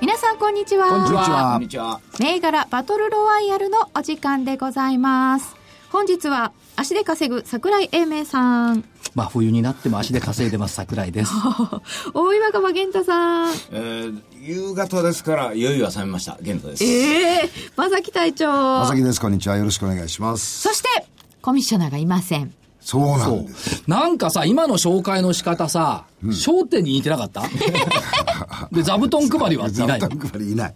皆さんこんにちはこんにちはこんにちは。銘柄バトルロワイヤルのお時間でございます本日は足で稼ぐ桜井英明さんまあ冬になっても足で稼いでます桜井です。大岩川源太さんえー、夕方ですから、いよいよ冷めました。玄太です。ええ正木隊長まさきです、こんにちは。よろしくお願いします。そしてコミッショナーがいませんそうなそんうです。。なんかさ、今の紹介の仕方さ、焦点に似てなか ったで、座布団配りはい座ない布団配りいない。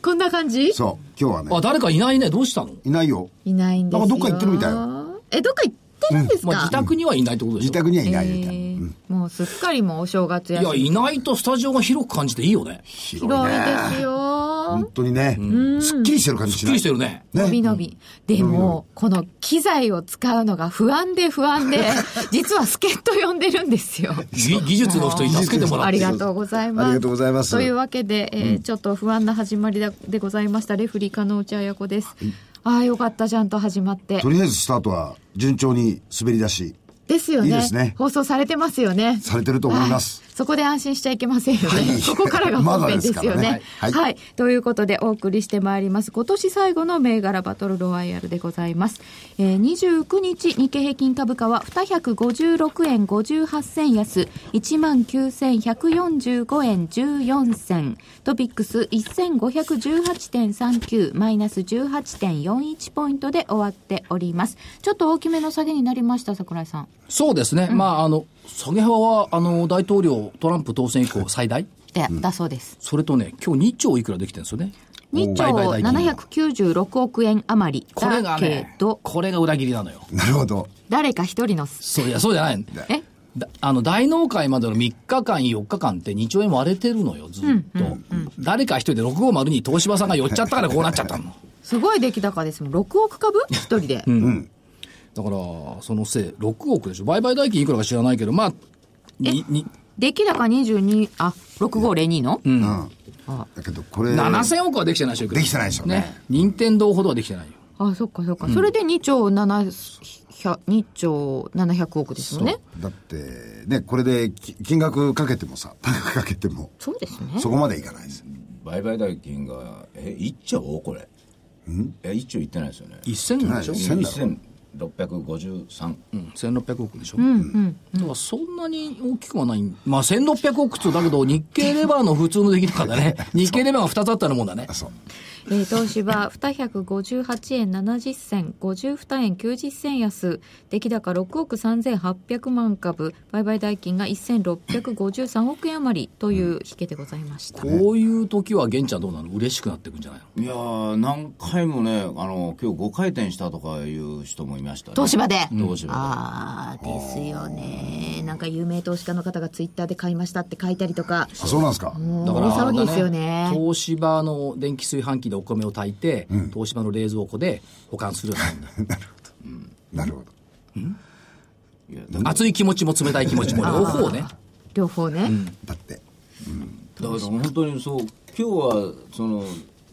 こんな感じそう、今日はねあ、、誰かいないね。どうしたのいないよ。いないんですよなんかどっか行ってるみたいよえどっか行ってるんですか、まあ自宅にはいないってことでし自ょ、宅にはいないみたいな。えーもうすっかりもうお正月やいや、いないとスタジオが広く感じていいよね。広いですよ本当にね、すっきりしてる感じしびっくない。りしてるね。伸び伸び。でも、この機材を使うのが不安で不 安で、実は助っ人呼んでるんですよ。ぎ技術の人に助けてもらあっりて。がとうございます。ありがとうございますというわけで、えーちょっと不安な始まりだでございました。レフリー加納内彩子です。ああ、よかったじゃんと始まってと。りあえずスタートは順調に滑り出し、ですよね。いいですね放送されてますよね。されてると思いますは。そこで安心しちゃいけませんよね。ここからが本編ですよまだですからねね。は、はいいということでお送りしてまいります。今年最後の銘柄バトルロワイヤルでございます。えー、29日日経平均株価は256円58銭安、19,145円14銭。トピックス1518.39マイナス18.41ポイントで終わっております。ちょっと大きめの下げになりました、桜井さん。そうですね。まあ、あの、下げ幅は、あの、大統領、トランプ当選以降最大でだそうです。それとね、今日2兆いくらできてるんですよね。 2兆796億円余りこれだがけね、ど、これが裏切りなのよ。なるほど。誰か一人の、そういや、そうじゃない。えだあの、大納会までの3日間、4日間って2兆円割れてるのよ、ずっと。誰か一人で650に東芝さんが寄っちゃったからこうなっちゃったの。すごい出来高ですもん。6億株一人で。だから、そのせい、6億でしょ。売買代金いくらか知らないけど、まあ、に、に、出来高22、あ、6502の、うん。だけど、これ、 7000億はできてないでしょ、いくらできてないでしょうね任天堂ほどはできてないよ。あ、そっかそっか。それで2兆700、2兆700億ですもんね。だって、ね、これでき金額かけてもさ、高くかけても、そうですね。そこまでいかないです。売買代金が、え、1兆これ。んえ、1兆いってないですよね。 1000億でしょはい1 1653。うん、1600億でしょ。だからそんなに大きくはない。まあ1600億っつうだけど、日経レバーの普通の出来高だね。日経レバーが2つあったらもんだねあ、。そう。えー東芝258円70銭52円90銭安出来高6億3800万株売買代金が1653億円余りという引けでございました、こういう時は、玄ちゃんどうなの嬉しくなってくんじゃないのいやー、何回もね、あの、今日5回転したとかいう人もいましたね。東芝で、東芝ああですよねなんか有名投資家の方がツイッターで買いましたって書いたりとかあ、そうなんですか。だから大騒ぎですよあねれだ東芝の電気炊飯器でお米を炊いて、東芝の冷蔵庫で保管するようになるんだよなるほど。で。いやだだ熱い気持ちも冷たい気持ちも両方ね。両方ね、だって、から本当にそう、今日は、その、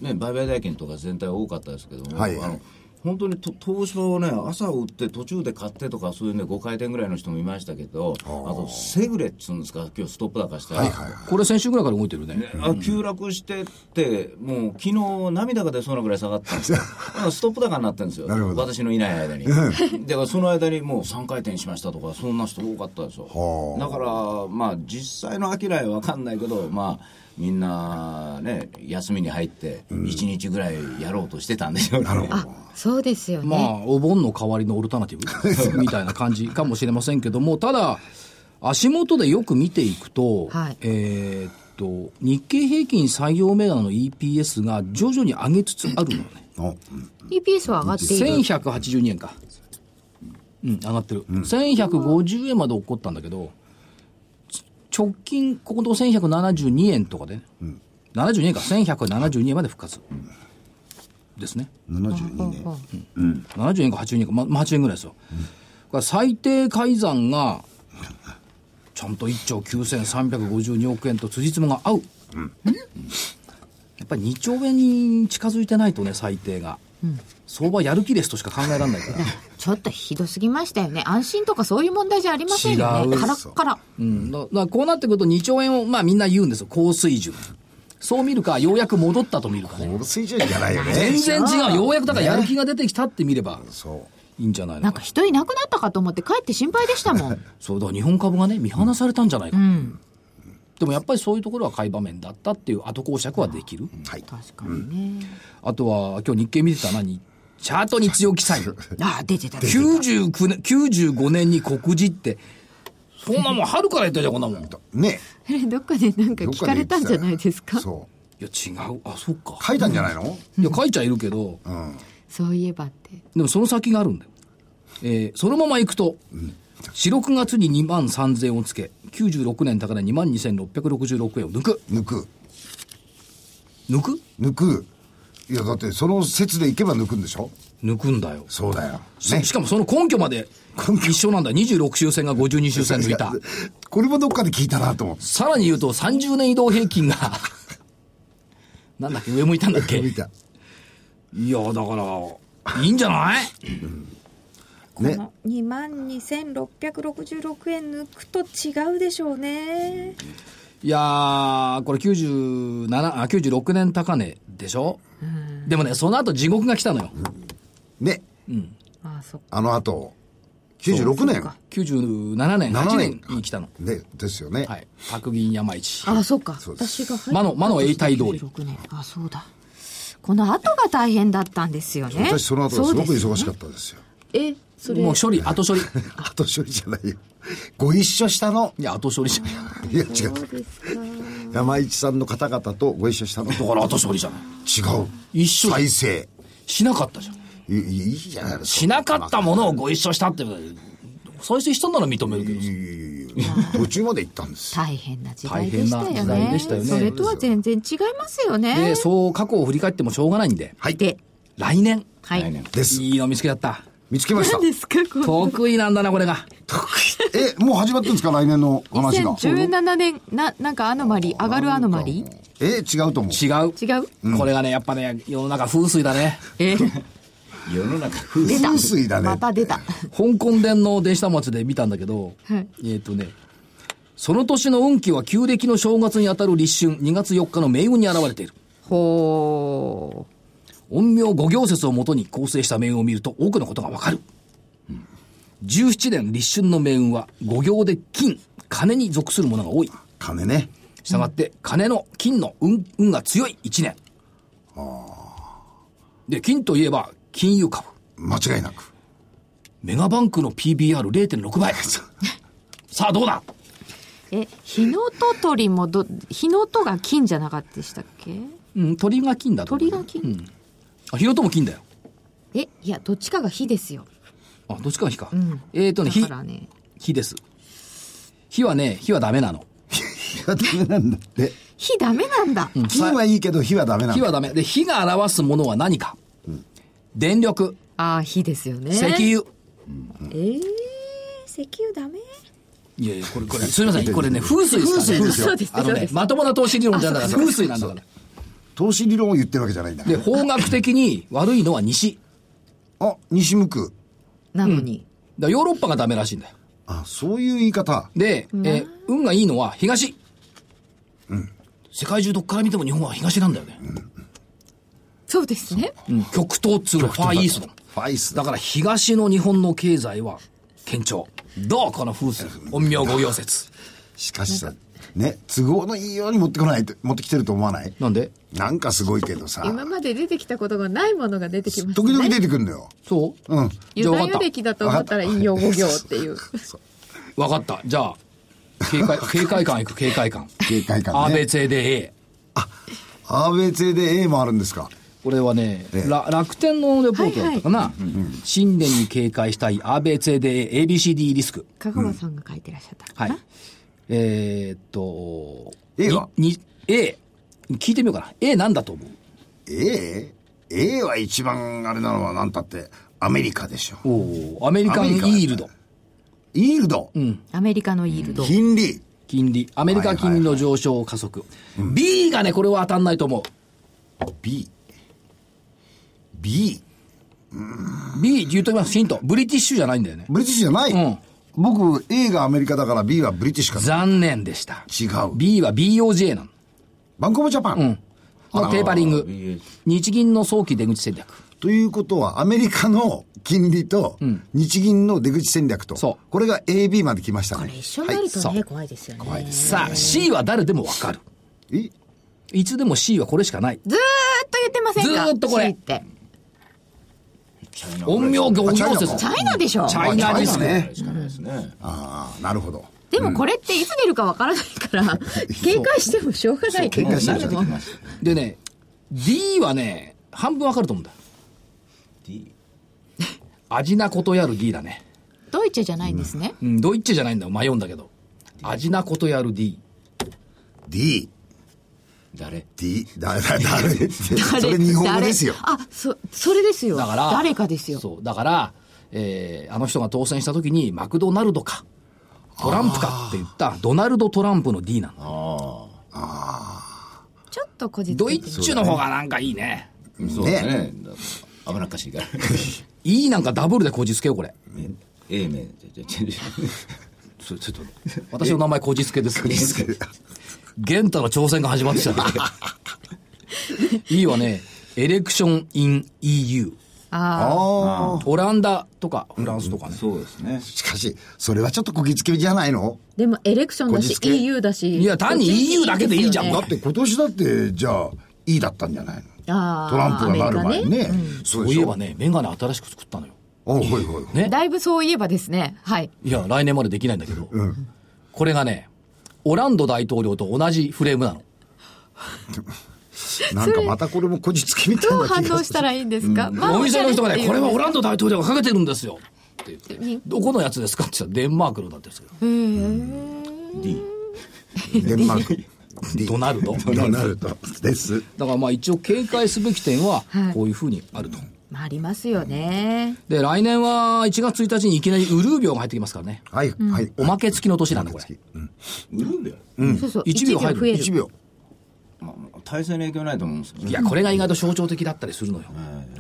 ね、売買代金とか全体多かったですけども、はいはいあの本当にと東芝をね、朝売って途中で買ってとか、そういうね、5回転ぐらいの人もいましたけど、あと、セグレっつうんですか、今日ストップ高したら、これ先週ぐらいから動いてるね。あ急落してって、もう昨日涙が出そうなぐらい下がったんですよ、あストップ高になってるんですよ、なるほど私のいない間に。だからその間にもう3回転しましたとか、そんな人多かったですよ。だから、まあ、実際の商いは分かんないけど、まあ、みんなね、休みに入って、1日ぐらいやろうとしてたんでしょうね。あそうですよね、まあ、お盆の代わりのオルタナティ ブみたいな感じかもしれませんけども、ただ、足元でよく見ていくと、はいえーっと、日経平均採用銘柄の EPS が徐々に上げつつあるのよね。お EPS は上がっている1182円か。うん、上がってる。1150円まで起こったんだけど、つ直近、ここのとこ1172円とかで、72円か、1172円まで復活。ですね。 72年。うん、70円か80円か、ま、まあ80円ぐらいですよ。これ最低改ざんが、ちゃんと1兆9352億円と辻褄が合う。うんやっぱり2兆円に近づいてないとね、最低が。相場やる気ですとしか考えられないから。ちょっとひどすぎましたよね。安心とかそういう問題じゃありませんよ違ね。うカラッカラ。うん、だだからこうなってくると2兆円を、まあみんな言うんですよ。高水準。そう見るか、ようやく戻ったと見るかね。オール水準じゃないよ全ね。然違う。ようやくだからやる気が出てきたって見ればそいいんじゃないなのんかか。人いなくなったかと思って帰って心配でしたもん。そうだ、日本株がね、見放されたんじゃないか。でもやっぱりそういうところは買い場面だったっていう後講釈はできる。う。はい。確かにね。あとは、今日日経見てたな、にチャート日曜記 載。あ、出 てた。出てた99年、95年に告示って、そんなもん春からやったじゃん、こんなも ん。いねあれどっかでなんかどっ聞かかで言れってたたんじゃないですか。そや、違う。あ、そっかう。。書いたんじゃないのいや、書いちゃいるけど、うん。そういえばって。でもその先があるんだよ。えーそのまま行くと、4、6月に2万3000円をつけ、96年高値2万2666円を抜く。抜く。抜く抜く。いや、だってその説でいけば抜くんでしょ抜くんだよ。そうだよ。そ しかもその根拠まで一緒なんだ。26周線が52周線抜いた。これもどっかで聞いたなと思って。さらに言うと30年移動平 均が、なんだっけ、上向いたんだっけ。見た。いや、だから、いいんじゃないね。 2万2666円抜くと違うでしょうねいやー、これ97、あ、96年高値でしょでもね、その後地獄が来たのよ。ね。ああ、そっか。あの後、96年。 97年、 7 8年年に来たの。ね。ですよね。はい。白銀山市。ああ、そっか。そうです私が入魔の、魔の永代通り。 96年。ああ、そうだ。この後が大変だったんですよね。私その後がすごく忙しっかったですよ。た。え、それもう処理、後処理。後処理じゃないよ。ご一緒したの。いや、後処理じゃない。いや、違う。山一さんの方々とご一緒したのとだこかろら違う後処理じゃない。一緒再生しなかったじゃん。いいいいじゃないですかしなかったものをご一緒したってことで、再生したんなら認めるけどいやいやいやいや途中まで行った んですよ大変な時代でした大変な時代よね。でしたよねそれとは全然違いますよさ。ねで、。そう過去を振り返ってもしょうがないんで、はいで、来年、はい。来年ですいいの見つけちゃった。見つけました何ですか、この。得意なんだな、これが。えもう始まってんですか来年の話が2017年、な、なんかアノマリー、上がるアノマリーえ違うと思う違う。違うこれがね、やっぱね、世の中風水だね。え、世の中出た。風水だねまた出た。香港伝の電子端末で見たんだけど、はいえっ、とね、その年の運気は旧暦の正月にあたる立春、2月4日の命運に現れている。ほう。陰陽五行説をもとに構成した命運を見ると多くのことがわかる。17年立春の命運は五行で金、金に属するものが多い。金ねしたがって、金の、金の運、運が強い1年。で、金といえば、金融株。間違いなくメガバンクの PBR0.6 倍。さあ、どうだえ、日のと鳥もど、日のとが金じゃなかったでしたっけうん、鳥が金だと思う鳥が金、あ、ヒロトも金だよ。え、いや、どっちかが火ですよ。あ、どっちかが火か。んえっ、ー、とだね、火か、らね。火です。火はね、火はダメなの。火はダメなんだって火ダメなんだ。金はいいけど火はダメなん火だはダメ。で、火が表すものは何か。電力、ああ、火ですよね。石油。えー、石油ダメいやいや、これ、これ、すみません。これね、風水ですから、ね。風水ですよそうですあのそうねで、すまともな投資理論じゃなくて、風水なんだから。投資理論を言ってるわけじゃないんだで、方角的に悪いのは西。あ西向くなのに。だからヨーロッパがダメらしいんだよ。あそういう言い方で、えー運がいいのは東。世界中どっから見ても日本は東なんだよね。そうですね。うん極東っつうのはファーイースト。ファイスだから東の日本の経済は堅調。どうこの風水。陰陽五行説。しかしさね都合のいいように持ってこないと持ってきてると思わないなんでなんかすごいけどさ今まで出てきたことがないものが出てきました時ね。々出てくるのよそううんじゃユあダ分かヤっ歴だと思ったら陰陽五行っていう。た。分かった。じゃあ、警 戒、警戒官行く、警戒官。警戒ア感ベねツェで A。アーベツで A もあるんですかこれはね、ええら楽天のレポートだったかな。新年に警戒したい、アーベツェで A、ABCD リスク。香川さんが書いてらっしゃったのはかいな。。えーっと、 A はにに A。聞いてみようかな。A なんだと思う A? A は一番あれなのは何たってアメリカでしょ。おおアメリカンイールドイールド、アメリカのイールド。金利、金利アメリカ金利の上昇加速、B がねこれは当たんないと思う B、B、 B 言うときますヒントブリティッシュじゃないんだよねブリティッシュじゃない、うん僕 A がアメリカだから B はブリティッシュかな残念でした違う B は BOJ なのバンコブジャパン、うんのテーパリング日銀の早期出口戦略ということはアメリカの金利と日銀の出口戦略と、そうこれが AB まで来ましたこねれ一緒になるとね、はいそう怖いですよね。さあ C は誰でもわかるえいつでも C はこれしかないずーっと言ってませんかずーっとこれ C って。陰陽行行説チャイナでしょチャイナリスクチャイナねしかないですね。ああなるほどでもこれっていつ出るかわからないから、警戒してもしょうがないけど。もう慣れてきました。でね D はね半分わかると思うんだ D 味なことやる D だねドイツじゃないんですね。うんドイッチェじゃないんだよ迷うんだけど味なことやる D DD 誰誰誰ってそれ日本語ですよ誰あ、そ、それですよ。だから誰かですよ。そうだから、えーあの人が当選した時にマクドナルドかトランプかって言ったドナルド・トランプの D なのちょっとこじつドイけてッチェの方がなんかいいねそうだね。危なっかしいから。 E なんかダブルでこじつけようこれ A 面。じゃじゃじゃちょちょっと私の名前こじつけです玄太の挑戦が始まってきたね E はねエレクション・イン・ EU ああオランダとかフランスとかね、そうですねあ。しかしそれはちょっとこぎつけじゃないのーでもエレクションだこじしつ、け EU だし。いや単に EU だけでいいじゃんこだっちって今年だってじゃあ E だったんじゃないのあートランプがなる前にねアメリカそそううでいしえょばねメガネ新しく作ったのよおうほいほいほいねだいぶそういえばですね。はい。いや、来年までできないんだけど、これがね、オランド大統領と同じフレームなの。なんかまたこれもこじつけみたいどうな反気が応したらいいんですか、まあお店の人がおしね、ゃこれっていうはオランド大統領がかけてるんですよ。って言っうてん、どこのやつですかって言ったらデンマークのだったんですけど、 D。デンマーク D ドナルド。ドナルドですだからまあ一応警戒すべき点ははい、こういうふうにあると。まあ、ありますよね。で、来年は1月1日にいきなりウルー病が入ってきますからね。はいはいおまけ付きの年なんだ、これ。ウルベ。そうそう。一秒入る一増え1秒まあ体制の影響ないと思うんですけどいね。や、これが意外と象徴的だったりするのよ。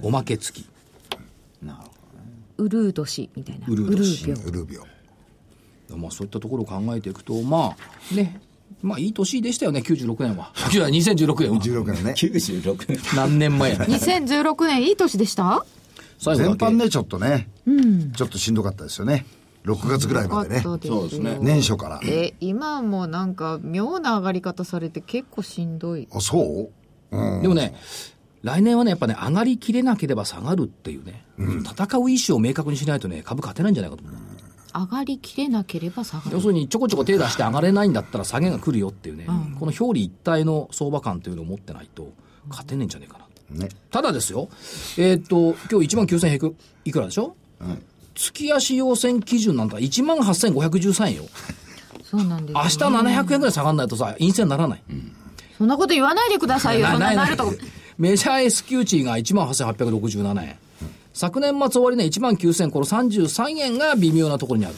おまけ付き。なるほウルード氏みたいな。ウルード氏ウルーウルビオまあ、そういったところを考えていくと、まあ、ね、まあ、いい年でしたよね、96年は。 いや、2016年は。 16年ねど。96年。何年前や ね。秒。2016年いい年でした最全後だ般け、ねちょっとね、ちょっとしんどかったですよね6月ぐらいまでねそうですそうですね年初からえ、今もなんか妙な上がり方されて結構しんどい。あそううんでもね、来年はね、やっぱね、上がりきれなければ下がるっていうね、戦う意思を明確にしないとね、株勝てないんじゃないかと思う。上がりきれなければ下が要る。するに、ちょこちょこ手出して上がれないんだったら下げが来るよっていうね、この表裏一体の相場感というのを持ってないと、勝てねえんじゃねえかなと。ねただですよ、えーっと、今日1万9000いくいくらでしょ、月足要線基準なんだ、1万8513円よ。そうなんですよ明日700円ぐらい下がらないとさ、陰線にならない。そんなこと言わないでくだ さいよ。そんなになると。メジャー S q 値が18,867円。昨年末終わりね、19,000、この33円が微妙なところにある。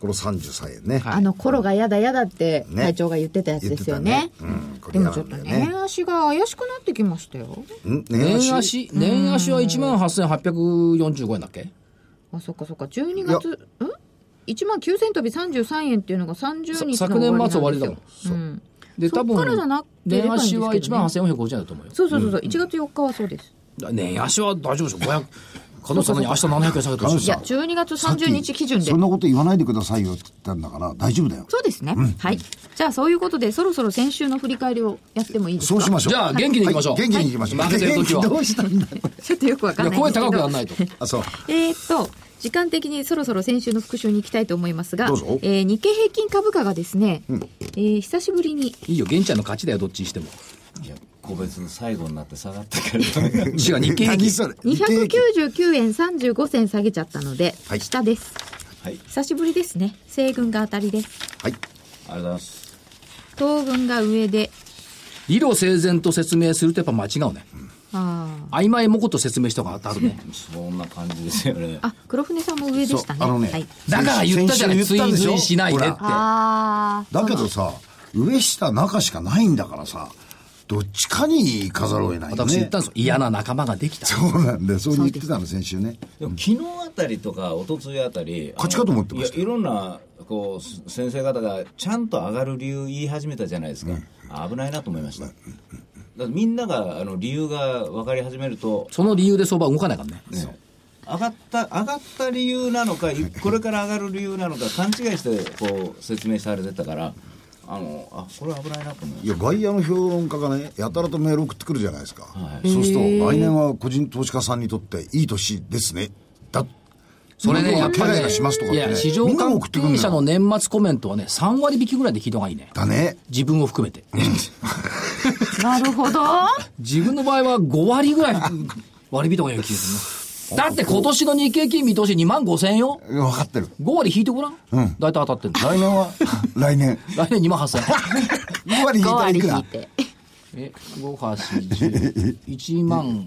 この33円ね、はいあの頃がやだやだってね隊長が言ってたやつですよね。言ってたねうんこれでも嫌ちょなっんとだよねね、円足が怪しくなってきましたよ。ん年年足足、年足は18,845円だっけあ、そっかそっか。12月、ん ?1 万9000飛び33円っていうのが30日さの終わりなんです昨年末終わりだよ。もんうん。で、そ多っ分からじゃな、ければいい年んですけ足どねは18,450円だと思うよ。そうそうそうそう、1月4日はそうです。だ年足は大丈夫でしょ ?500、加藤さんに明日700円下げてほしいいや、。12月30日基準でそん。なこと言わないでくださいよって言ったんだから大丈夫だよそうですね。はい。じゃあ、そういうことで、そろそろ先週の振り返りをやってもいいですかそうしましょうじゃあ元気に行きましょうはい元気に行きましょう、はい負けてる時は元気どうしたんだ ちょっとよくわかいんや、ない声んですけど。高くやんないと。あそうえーっと、時間的にそろそろ先週の復習に行きたいと思いますが、どうぞえー日経平均株価がですね、えー久しぶりに、いいよ、玄ちゃんの勝ちだよ、どっちにしても。いや、個別の最後になって下がったか違ら。う、日経平何均。それ299円35銭下げちゃったので、はい下です。はい。久しぶりですね。西軍が当たりです。はいありがとうございます。東軍が上で、理路整然と説明するとやっぱ間違うね。あ曖昧もこと説明したがあるねそんな感じですよーねあ黒船さんも上でしたねそうあのねはい、だから言ったじゃない先週言ったでし追ょ随しないでってほあだけどさ、上下中しかないんだからさ、どっちかに行かざるを得ないよね。私言ったんですよ嫌な仲間ができたそうなんだよ。そう言ってたの、先週ね。 でも昨日あたりとか一昨日あたり勝ちかと思ってましたいやいろんなこうす先生方がちゃんと上がる理由言い始めたじゃないですか、あ危ないなと思いました、だってみんながあの理由が分かり始めると、その理由で相場動かないからねね上がった上がった理由なのかいこれから上がる理由なのか勘違いしてこう説明されてたからあのあこれ危ないなと思いまいしや、外野の評論家がね、やたらとメール送ってくるじゃないですか。そうすると、来年は個人投資家さんにとっていい年ですね。だそれね、やっぱり彼ね、がしますとかっいて、や、ね。市場関係者のね。年末コメントはね、3割引きぐらいで聞いた方がいいね。だね。自分を含めて。ーなるほど自分の場合は5割ぐらい割り引いた方がいいよ気がするなだって今年の日経金見通し2万5千よ。分かってる。 5割引いてごらん。大体当たってんの。来 年は、来年。来年2万8千。 5割引い5たらい割く引らい。 てえ、5、8、10、1万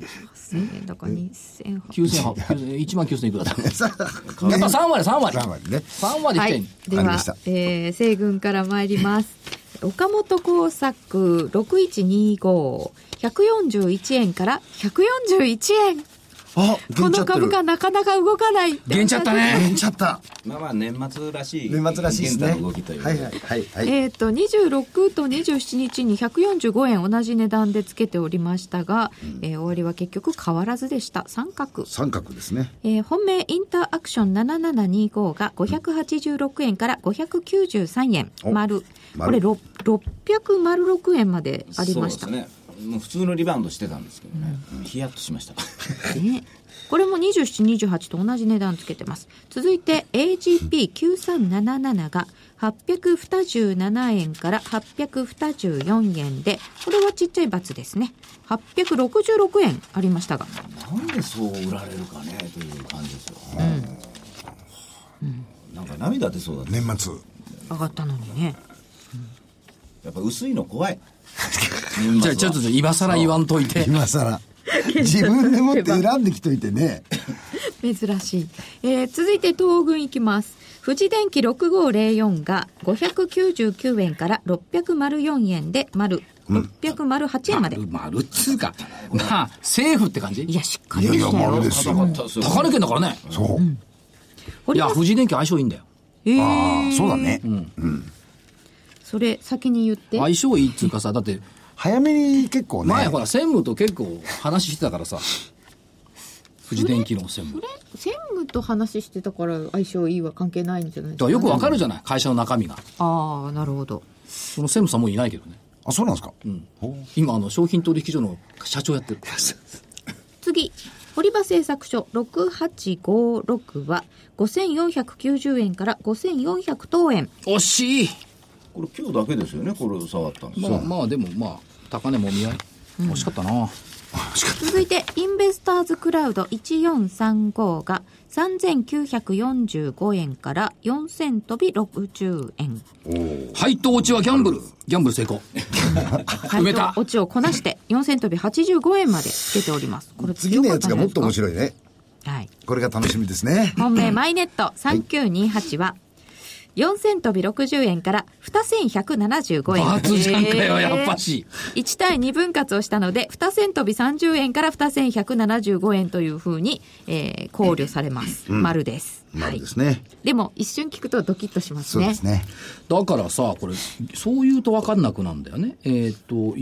1000だから2800 9千8、1万9千いくらだ。やっさあぱ3割、3割。 3割ね。 3割は来てんいの。、でわかりはました、えー、西軍から参ります。岡本工作6125、141円から141円。あ、こ減っちゃのって株る。価なかなか動かない。減っちゃったね。減っちゃった。たまあまあ年末らしい年末らしいですね。現代の動きというかはいはいはいはい。えっ、と、26と27日に145円同じ値段でつけておりましたが、えー終わりは結局変わらずでした。三角。三角ですね。えー本命インターアクション7725が586円から593円お丸これ丸ろ600丸6円までありましたそうねですねもう普通のリバウンドしてたんですけどね、ヒヤッとしましたこれも2728と同じ値段つけてます続いて AGP9377 が827円から824円でこれはちっちゃい×ですね866円ありましたがなんでそう売られるかねという感じですよ、なんか涙出そうだね年末。上がったのにねやっぱ薄いの怖いじ年ゃあ末はちょっと今更言わんといて。今 更。自分でもって選んできといてね。珍しい、えー続いて東軍いきます富士電機6504が599円から604円で丸608円まで、丸っつうか。まあ、セーフって感じいやしっかいりやでいや、したよ丸ですよ。高値圏だからね。そう。い堀や、川さん富士電機相性いいんだよ。えーああ、そうだね。それ先に言って相性いいっつうかさ、だって、早めに結構ね。前ほら、専務と結構話してたから さ。富士電機の専務。だえ専務と話してたから相性いいは関係ないんじゃないですからよくわかるじゃない、会社の中身が。ああなるほどその専務さんもういないけどね。あ、そうなんですか。今、あの、商品取引所の社長やってる。次堀場製作所6856は5490円から5400等円 惜しいこれ今日だけですよねこれ触ったのまあ、まあ、でもまあ、高値もみ合い。惜しかったな。続いてインベスターズクラウド1435が3945円から4000飛び60円配当落ちはギャンブル。ギャンブル成功。 埋めた配当落ちをこなして4000飛び85円までつけておりますこれ次のやつがもっと面い白いね。はいこれが楽しみですね。本命マイネット3928は4000飛び60円から2175円バツじゃんかよ、やっぱしし。 1対2分割をしたので2000飛び30円から2175円というふうに、えー考慮されます、丸です、丸ですね。でも一瞬聞くとドキッとしますそうねですね。だからさ、これ、そう言うと分かんなくなんだよね。えっ、と、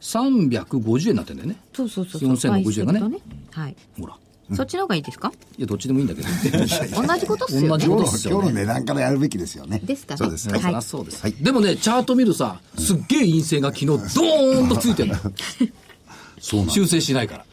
4350円になってんだよね。そうそうそう4060円がね倍するとはい、ほら。そっちの方がいいですかいや、どっちでもいいんだけ ど。同じことっす同よねじ今ことっ日すの、よ今日ね。の値段からやるべきですよね。ですかねそうですはねい。そりゃそうです、はいでもね、チャート見るさ、すっげえ陰性が昨日、ドーンとついて るの。そうなんです修正しないから。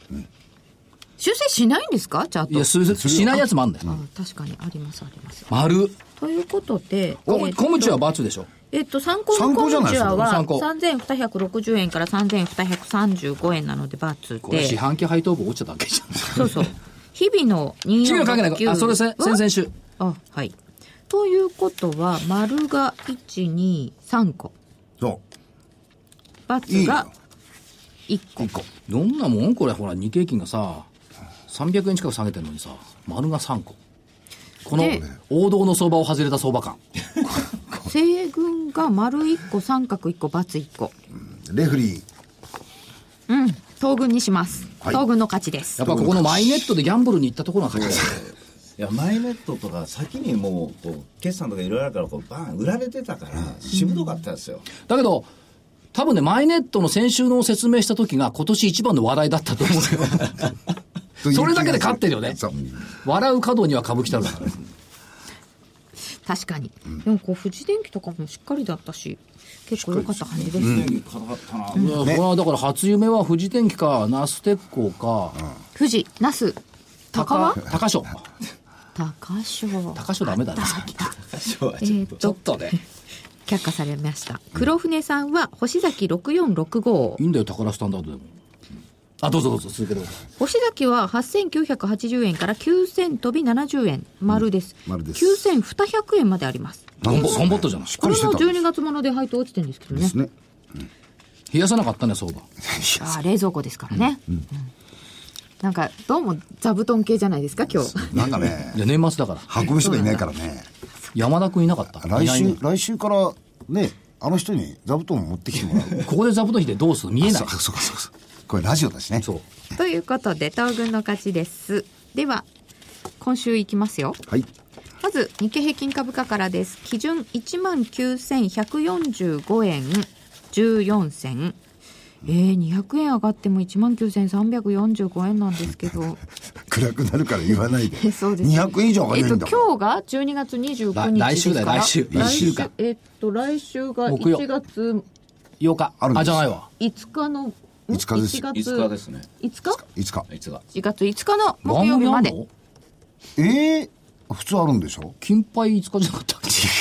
修正しないんですかちゃんいとや、修正しないやつもあんだよ。あ確かにありますあります丸。ということでこえー小口はバツでしょ。えっと、参考の参考じゃコムないチですュかアは参考3260円から3235円なのでバツこれで四半期配当部落ちちゃったわけじゃん。そうそう日々の2次の関係ない。 4あ、それせ先々週。あはいということは丸が123個そバツいいがよ1個個。どんなもんこれほら日経金がさ300円近く下げてるのにさ丸が3個このね王道の相場を外れた相場感西軍が丸1個三角1個×1個レフリー、うん東軍にします、はい東軍の勝ちですやっぱここのマイネットでギャンブルに行ったところが勝ちだいやマイネットとか先にもうこう決算とかいろいろあるからこうバーン売られてたからしぶとかったですよ、だけど多分ねマイネットの先週の説明した時が今年一番の話題だったと 思うよそれだけで勝ってるよねそう笑う角には歌舞伎たるだから確かに、でもこう富士電機とかもしっかりだったし結構良かった感じですね、で硬かったな、これはだから初夢は富士電機か那須鉄工か、富士那須高は高所高賞高所ダメだねえーとちょっとね却下されました黒船さんは星崎6465いいんだよ宝スタンダードでもあどうぞどうぞ続けてください星崎は8980円から9000飛び70円丸です,、丸です9200円までありますなんぼ3ボットじゃないしっこかれりしてもたんで12月もので配当落ちてるんですけどねすね。冷やさなかったね相場あー冷蔵庫ですからね、うんなんかどうも座布団系じゃないですか今日なんかねい、や年末だから運ぶ人がいないからね。山田君いなかった来いない週ね、来週からね、あの人に座布団を持ってきてもらう。ここで座布団引いてどうする見えないそうかそうかそうか。これラジオだしね。そう ということで東軍の勝ちですでは今週いきますよはい。まず日経平均株価からです基準1万9145円14銭えー、200円上がっても1万9345円なんですけど暗くなるから言わないで。え そうです200円以上上がりゃいいんだえっもんと今日が12月29日来です週だかよら来週来一週間えっと来週が木曜1月8日あるんですじゃないわ5日のん5日です1月5日ですね5日いつか。いつが1月5日の木曜日ま番組あんでのええ普通あるんでしょ金杯5日じゃなかった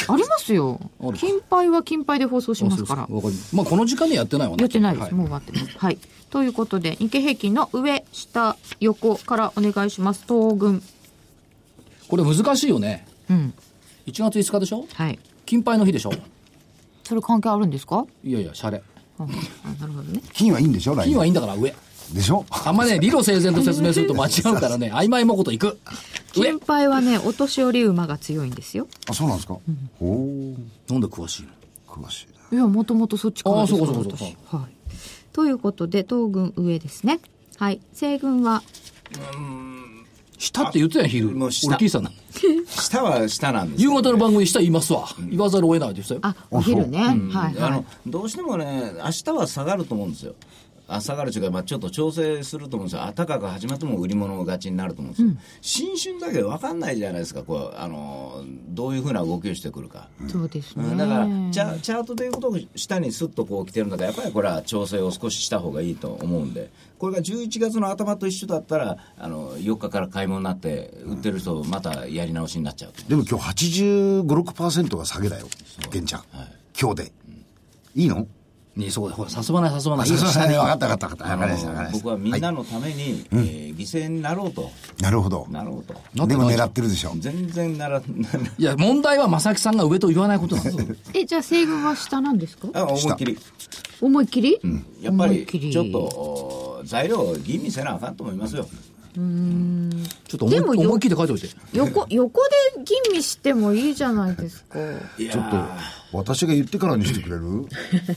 ありますよる金杯は金杯で放送しますからあそうですわりままあこの時間にはやってないわねやってないです、はいもう終わってますはいということで日経平均の上下横からお願いします東軍これ難しいよねうん1月5日でしょはい金杯の日でしょそれ関係あるんですか、いやいやシャレうん、あなるほどね金はいいんでしょ来金年はいいんだから上でしょあんまね理路整然と説明すると間違うからね曖昧もこといく上金杯はねお年寄り馬が強いんですよあ、そうなんですか、ほなんで詳しいのう。詳しいな。いやもともとそっちからですからあーそうかそうかそう私はいということで東軍上ですねはい西軍は下って言ってたやん昼もう下俺聞いてたな下は下なんです夕よ方の番組下言いますわ言わざるを得ないですよあお昼ねはいあはのいどうしてもね明日は下がると思うんですよあ下がるというか、まあ、ちょっと調整すると思うんですよあ高く始まっても売り物勝ちになると思うんですよ、新春だけど分かんないじゃないですかこうあのどういうふうな動きをしてくるか、そうですうねんだからチャチャートということを下にスッとこう来てるんだからやっぱりこれは調整を少しした方がいいと思うんでこれが11月の頭と一緒だったらあの4日から買い物になって売ってる人またやり直しになっちゃうとでも今日85、6%が下げだよ。玄ちゃん。今日で。いいのねそうだほら誘わない誘わないそうそう下分にかった分かった分かった。分かりました分かりました。僕はみんないのために、えー犠牲になろうと、なるほど。なろうと。なってでないも狙ってるでしょ。全然なら、ならいや問題は正木さんが上と言わないことなんですよえじゃあ西軍は下なんですかあ思いっきり。思いっきり、やっぱ思いり、っきりちょっと、お材料を吟味せなあかんと思いますよ。ちょっと思いでもよ思い切って書いておいて横横で吟味してもいいじゃないですかいやちょっとー、私が言ってからにしてくれる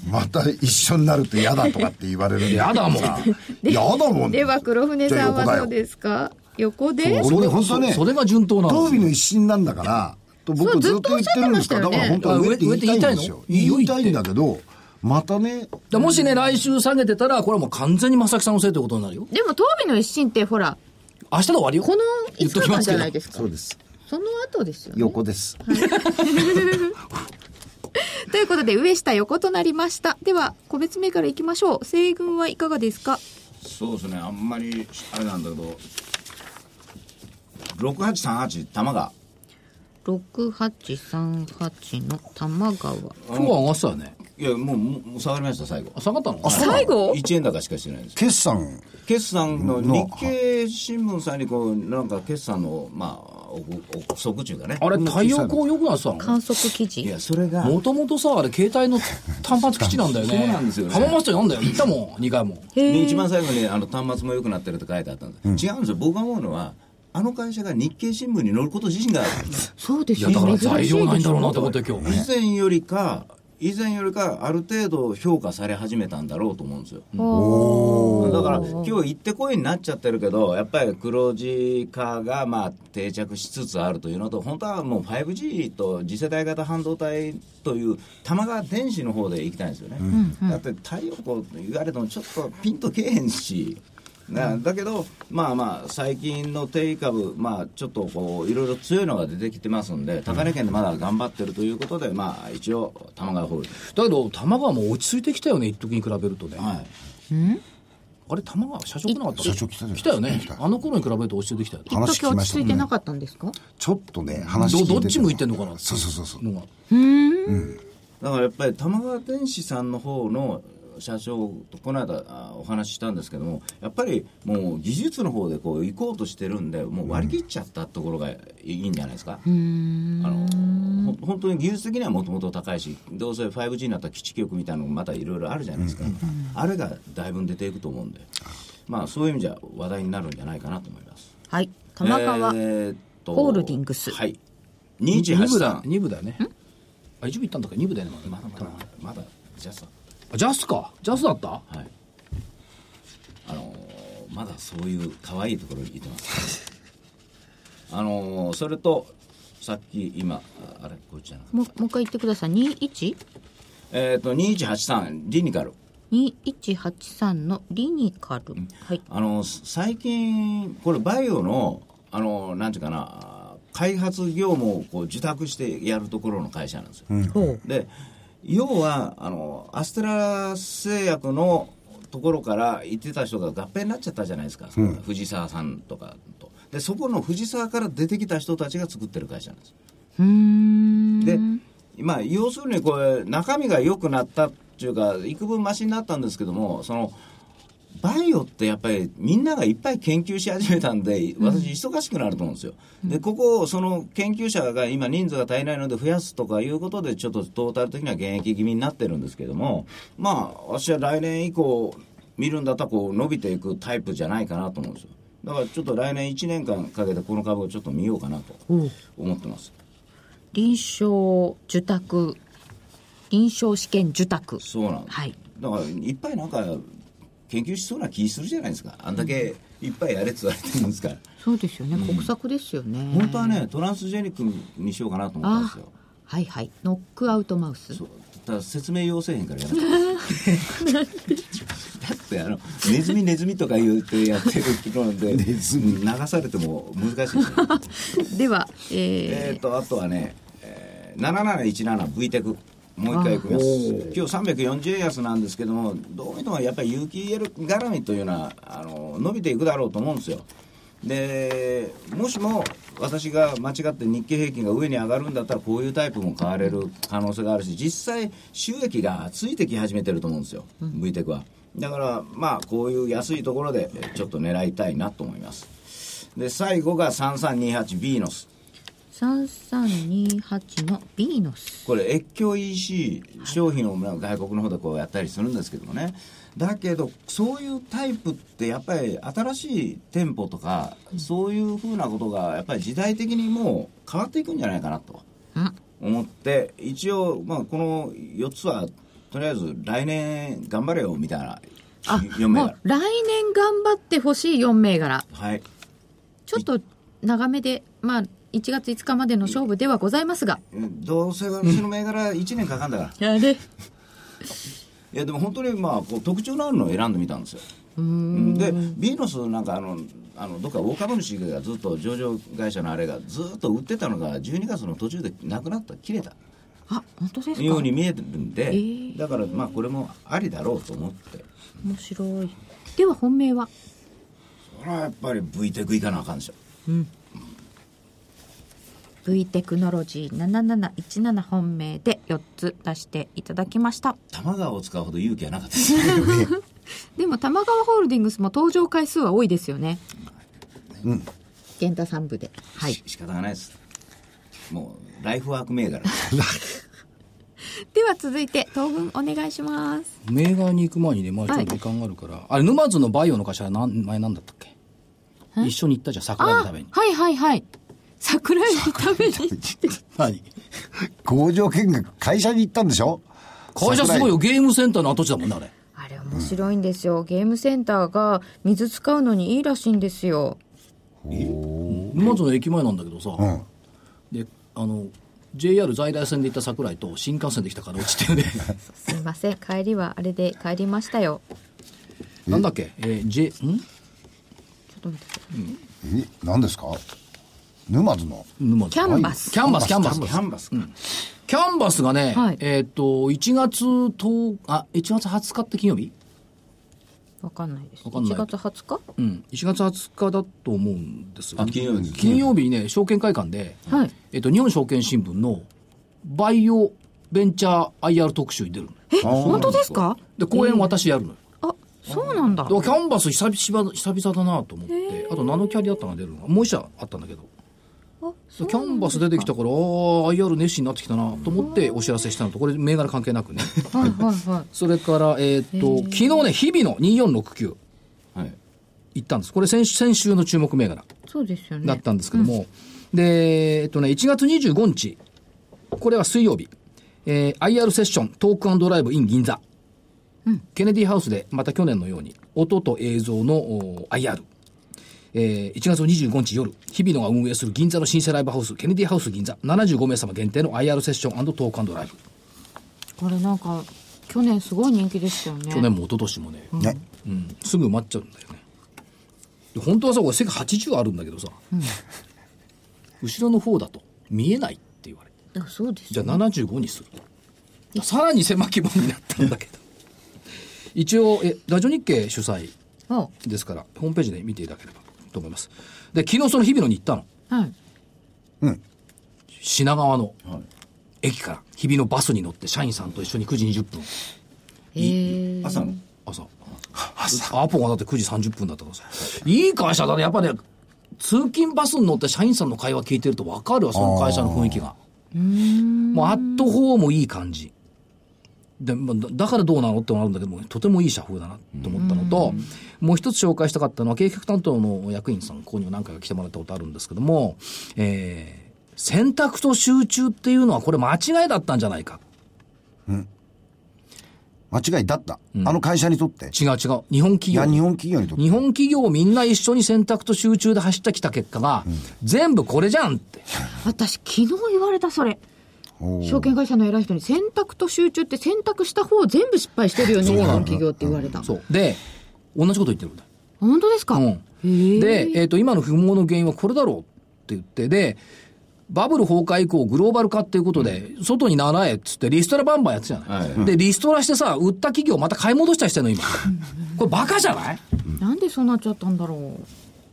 また一緒になると嫌だとかって言わ れるんで。やだもん 嫌だもん。では黒船さんはじゃどうあ横だよですか横で俺ね、本当はね、それが順当な当の日の一心なんだから、とそ僕うずずっっととおっ言っしゃてってるんまでしすたかよねら、だから本当は上って言いたいん上です上っよて。言いたいの言いたいんだけど、またね、だもしね来週下げてたらこれはもう完全に正木さんのせいということになるよでも当日の一心ってほら明日で終わりよこの言っと5日き間ますじけゃどないですかそうです。その後ですよね横です。ということで上下横となりましたでは個別名からいきましょう西軍はいかがですかそうですね、あんまり、あれなんだけど、6838、玉が。 6838の玉川今日は上がってたよねいや、もう、もうもう下がりました、最後あ。下がったの最後1円高しかしてないです。決算、決算のの日経新聞さんにこうなんか決算のまあ憶測中がねあれ、太陽光よくなってたの観測記い事やそれがもともとさ、あれ、携帯の端末基地なんだよね。そうなんですよね浜松町なんだよ。行ったもん、2回も。で一番最後にあの端末も良くなってるって書いてあったんです、違うんですよ僕が思うのはあの会社が日経新聞に載ること自身がそうですいよや、だから珍しい材料ないんだろうなでしと思って、今日。以前よりか以前よりかある程度評価され始めたんだろうと思うんですよだから今日行ってこいになっちゃってるけどやっぱり黒字化がまあ定着しつつあるというのと本当はもう 5G と次世代型半導体という玉川電子の方で行きたいんですよね、だって太陽光と言われてもちょっとピンとけえへんしなだけど、まあまあ、最近の定位株、まあ、ちょっとこういろいろ強いのが出てきてますんで、高値圏でまだ頑張ってるということで、まあ、一応、玉川ホールディングスだけど、玉川も落ち着いてきたよね、一時に比べるとね。はい、あれ、玉川、社長来なかった社長来たじゃない来たよね来。たあの頃に比べると落ち着いてきたよね。ょっと話聞今き日ま落しちた着いてなかったんですかちょっとね話聞いててどどっち向いてんのかなそうそうそうそうのがだからやっぱり玉川電子さんの方の社長とこの間あお話ししたんですけどもやっぱりもう技術の方でこう行こうとしてるんでもう割り切っちゃったところがいいんじゃないですか、あのほ本当に技術的にはもともと基高いしどうせ 5G になったら基地局みたいなのもまたいろいろあるじゃないですか、あれがだいぶ出ていくと思うんでまあそういう意味じゃ話題になるんじゃないかなと思いますはい玉川、えっとホールディングスはい二部だ2183、二部だよね。あ、一部行ったんだっけ、二部だよね。ままだだまだまだまだジャスさんあジャスか。ジャスだったはい。あのーまだそういう可愛いところにいてます。あのーそれと、さっき今、ああれ、こっちじゃなかったももう一回言ってください 21? えっ、と、2183、リニカル。 2183のリニカル、はい、あのー最近、これ、バイオの、あのーなんていうかな、開発業務をこう受託してやるところの会社なんですよ。で要はあのアステラ製薬のところから行ってた人が合併になっちゃったじゃないですか、藤沢さんとかとでそこの藤沢から出てきた人たちが作ってる会社なんですでまあ要するにこれ中身が良くなったっていうか幾分マシになったんですけどもそのバイオってやっぱりみんながいっぱい研究し始めたんで私忙しくなると思うんですよ、でここをその研究者が今人数が足りないので増やすとかいうことでちょっとトータル的には現役気味になってるんですけどもまあ私は来年以降見るんだったらこう伸びていくタイプじゃないかなと思うんですよだからちょっと来年1年間かけてこの株をちょっと見ようかなと思ってます、臨床受託臨床試験受託そうなんです、はいだからいっぱいなんか研究しそうな気するじゃないですかあんだけいっぱいやれって言われてるんですからそうですよね、国策ですよね本当はねトランスジェニックにしようかなと思ったんですよはいはいノックアウトマウスそうただ説明要せえへんからやらない だってあのネズミネズミとか言ってやってるのでネズミ流されても難しいしでは、えーえっとあとはね、えー、7717V テクもう一回いきます今日340円安なんですけどもどう見てもやっぱり有機 EL 絡みというのはあの伸びていくだろうと思うんですよでもしも私が間違って日経平均が上に上がるんだったらこういうタイプも買われる可能性があるし実際収益がついてき始めてると思うんですよ V テクはだからまあこういう安いところでちょっと狙いたいなと思いますで最後が 3328B のス3328のビーノスこれ越境 EC 商品を外国の方でこうやったりするんですけどもねだけどそういうタイプってやっぱり新しい店舗とかそういうふうなことがやっぱり時代的にもう変わっていくんじゃないかなと思って一応まあこの4つはとりあえず来年頑張れよみたいなあ4名もがう来年頑張ってほしい4銘柄はいちょっと長めでまあ1月5日までの勝負ではございますがどうせ私の銘柄1年かかんだからあれいやでも本当にまあこう特徴のあるのを選んでみたんですよでビーノスなんかあのあのどっか大株主がずっと上場会社のあれがずっと売ってたのが12月の途中でなくなった切れたあ本当ですかように面見えるんで、ーだからまあこれもありだろうと思って白いでは本命はそれはやっぱり V テクいかなあかんでしょ V テクノロジー7717本命で4つ出していただきました玉川を使うほど勇気はなかったですでも玉川ホールディングスも登場回数は多いですよね源太さん部で。はしい。仕方がないですもうライフワーク銘柄です では続いて、当分お願いします。銘柄に行く前にね、まあちょっと時間があるから、あれ、沼津のバイオの会社はなん前なんだったっけ一緒に行ったじゃん、桜の食べに。はいはいはい。桜えび食べに行って。何工場見学、会社に行ったんでしょ会社すごいよ、ゲームセンターの跡地だもんね、あれ。あれ面白いんですよ。ゲームセンターが水使うのにいいらしいんですよ。沼津の駅前なんだけどさ、うん。で、あの、JR 在来線で行った桜井と新幹線で来たから落ちてるね。すいません。帰りはあれで帰りましたよ。なんだっけ、えー、J、んちょっと待ってください。え、何ですか沼津の。沼津キャンバスキャンバス、キャンバス。キャンバスか、キャンバスがね、はいえっ、と、1月10あ、1月20日って金曜日わかんないです。わかんない1月20日うん、1月20日だと思うんですよあ金曜日金曜日にね、証券会館で、はい。えっと、日本証券新聞のバイオベンチャー IR 特集に出るのえ、本当ですかで、講演私やるのよ。あ、そうなんだ。だからキャンバス久々久々だなと思って、あとナノキャリだったのが出るのが、もう一社あったんだけど、あキャンバス出てきたから、ああ、IR 熱心になってきたなと思ってお知らせしたのと、これ銘柄関係なくね。はいはいはい。それから、えっと、昨日ね、日々の2469はい、行ったんです。これ先週先週の注目銘柄。そうですよね。だったんですけども、で、えっとね、1月25日、これは水曜日、えー IR セッション、トークライブ in 銀座、ケネディハウスで、また去年のように、音と映像のおー IR、えー1月25日夜、日比野が運営する銀座の新生ライブハウス、ケネディハウス銀座、75名様限定の IR セッショントークライブ、これなんか、去年すごい人気でしたよね。去年も一昨年もね、ね。うん、すぐ埋まっちゃうんだよね。で本当はさ、これ世界80あるんだけどさ、後ろの方だと見えないって言われて。あそうですじゃよあ75にする。さらに狭き門になったんだけど。一応、え、ラジオ日経主催あですから、ホームページで見ていただければと思います。で、昨日その日々野に行ったの。はい。品川の駅から、日々のバスに乗って社員さんと一緒に9時20分。えー、朝の朝。アポがだって9時30分だったからさ。いい会社だね。やっぱね、通勤バスに乗って社員さんの会話聞いてると分かるわ、その会社の雰囲気が。もうアットホームいい感じ。でまあだだからどうなのってなるんだけども、とてもいい社風だなと思ったのと、もう一つ紹介したかったのは、計画担当の役員さん、ここにも何回か来てもらったことあるんですけども、えー選択と集中っていうのはこれ間違いだったんじゃないか。間違いだった。あの会社にとって。違う違う。日本企い業や、日本企業にとって。日本企業みんな一緒に選択と集中で走ってきた結果が、全部これじゃんって。私、昨日言われた、それ。おー証券会社の偉い人に選択と集中って選択した方全部失敗してるよね、日なの本企業って言われた。そう。で、同じこと言ってるんだよ。本当ですか、うんへえで、えっ、と、今の不毛の原因はこれだろうって言って、で、バブル崩壊以降、グローバル化っていうことで、外に習えっつって、リストラバンバンやってたじゃない、はいで、リストラしてさ、売った企業また買い戻したりしてんの、今。これバカじゃないなんでそうなっちゃったんだろう。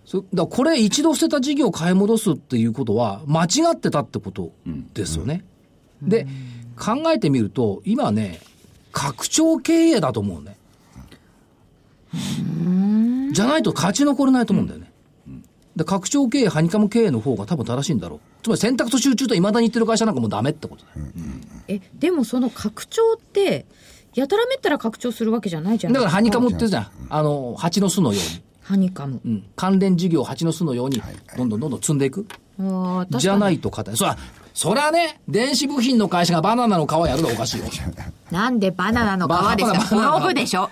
そだからこれ一度捨てた事業を買い戻すっていうことは間違ってたってことですよね。で、考えてみると、今ね、拡張経営だと思うね。じゃないと勝ち残れないと思うんだよね。で拡張経営、ハニカム経営の方が多分正しいんだろう。つまり選択と集中と未だに言ってる会社なんかもうダメってことだよ。え、でもその拡張って、やたらめったら拡張するわけじゃないじゃないだからハニカム。ムってじゃん。あの、蜂の巣のよハニカムう。に。うん。関連事業を蜂の巣のように、どんどんどんどん積んでいく。ああ、確かに。じゃないと硬い。そら、そらね、電子部品の会社がバナナの皮やるのはおかしいよ。なんでバナナの皮ですバナナかバナナ転ぶでしょ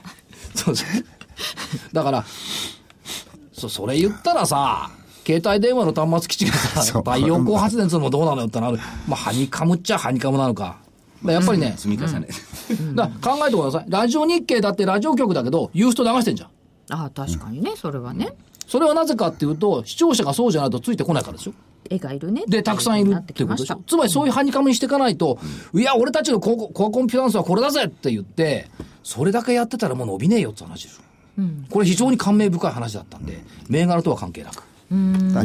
そうそう。だから、そ、それ言ったらさ、携帯電話の端末基地がさ、そう太陽光発電するのもどうなのよってなる。まあ、ハニカムっちゃハニカムなのか。だからやっぱりね、積み重ね、だから考えてください。ラジオ日経だってラジオ局だけど、ユースト流してんじゃん。ああ、確かにね、それはね。それはなぜかっていうと、視聴者がそうじゃないとついてこないからでしょ。絵がいるね。で、たくさんいるっていうことでしょ。つまりそういうハニカムにしていかないと、いや、俺たちのココアコンピュランスはこれだぜって言って、それだけやってたらもう伸びねえよって話ですよ。これ非常に感銘深い話だったんで、銘柄とは関係なく。だか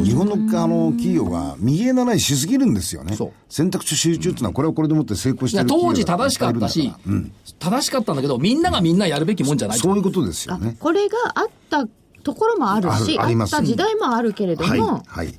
ら日本のあの企業が右へ習いしすぎるんですよねそう。選択肢集中っていうのはこれはこれでもって成功しいてやる当時企業がい正っしぱかいっいるんだたしらうん、正しかったんだけど、みんながみんなやるべきもんじゃないとそういうことですよね。これがあったところもあるしああるありっますた時代もあるけれども、はい。はい。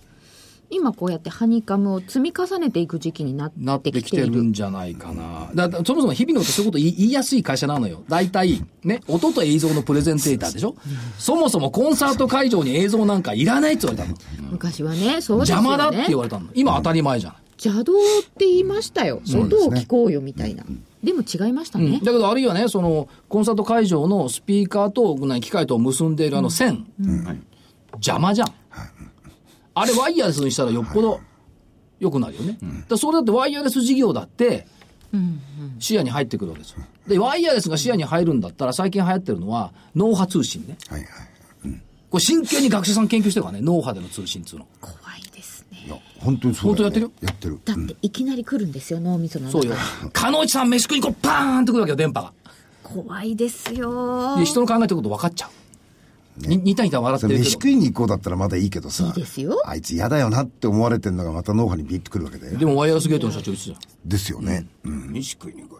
今こうやってハニカムを積み重ねていく時期にななっっててききてているるんじゃないかな。だだそもそも日比野ってそういうこと言い言いやすい会社なのよ。大体、ね、音と映像のプレゼンテーターでしょそもそもコンサート会場に映像なんかいらないって言われたの。昔はねそうですよ邪ね魔だって言われたの。今当たり前じゃん。邪道って言いましたよ外を聞こうよみたいな、でも違いましたうんね、だけどあるいはね、その、コンサート会場のスピーカーと何機械とを結んでいるあの線。邪魔じゃん。あれワイヤレスにしたらよっぽど良くなるよね。だからそれだってワイヤレス事業だって、視野に入ってくるわけですよ。で、ワイヤレスが視野に入るんだったら最近流行ってるのは脳波通信ね。はい。はい。これ真剣に学者さん研究してるからね、脳波での通信っていうの。怖いですねいや、本当にそうだよ、ね。本やってる。だっていきなり来るんですよ脳みそのそう中 よ。加納内さん飯食いにこうパーンとくるわけよ、電波が。怖いですよで、人の考えてること分かっちゃう。に似た似た笑っそてれるけ飯ど。食いに行こうだったらまだいいけどさ。いいですよあいつ嫌だよなって思われてんのがまた脳波にビッとくるわけだよ。でもワイヤレスゲートの社長言ってたじゃん。ですよね。うん。飯食いに来いと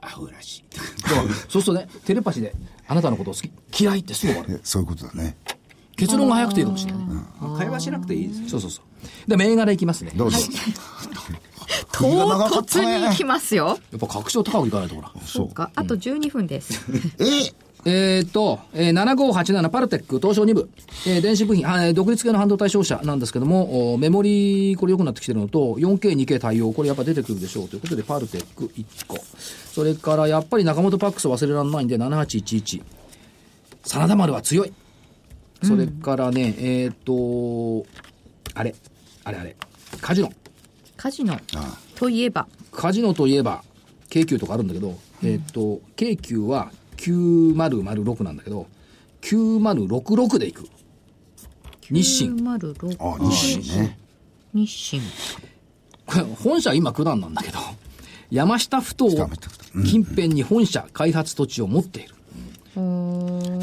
アホらしいだからそうするとね、テレパシーで、あなたのことを好き、嫌いってすぐ終わる。でそういうことだね。結論が早くていいかもしれないね。会話しなくていいですそうそうそう。で、銘柄いきますね。やどうぞ。唐首が長かった突ねに行きますよっぱ確証高くいかないと、ほら。そうかあと12分です、 えーっと、えー7587パルテック、東証2部、えー電子部品、あえー独立系の半導体商社なんですけども、おメモリー、これ良くなってきてるのと、4K、2K 対応、これやっぱ出てくるでしょうということで、パルテック1個。それから、やっぱり中本パックス忘れられないんで、7811。真田丸は強い。それからね、えーっと、あれ、あれあれ、カジノ。カジノといえばカジノといえば、京急とかあるんだけど、えーっと、京急は9006なんだけど、9066でいく。 日清。 906あ、日清ね。日清これ本社今九段なんだけど、山下ふ頭山下ふ頭近辺に本社開発土地を持っている。な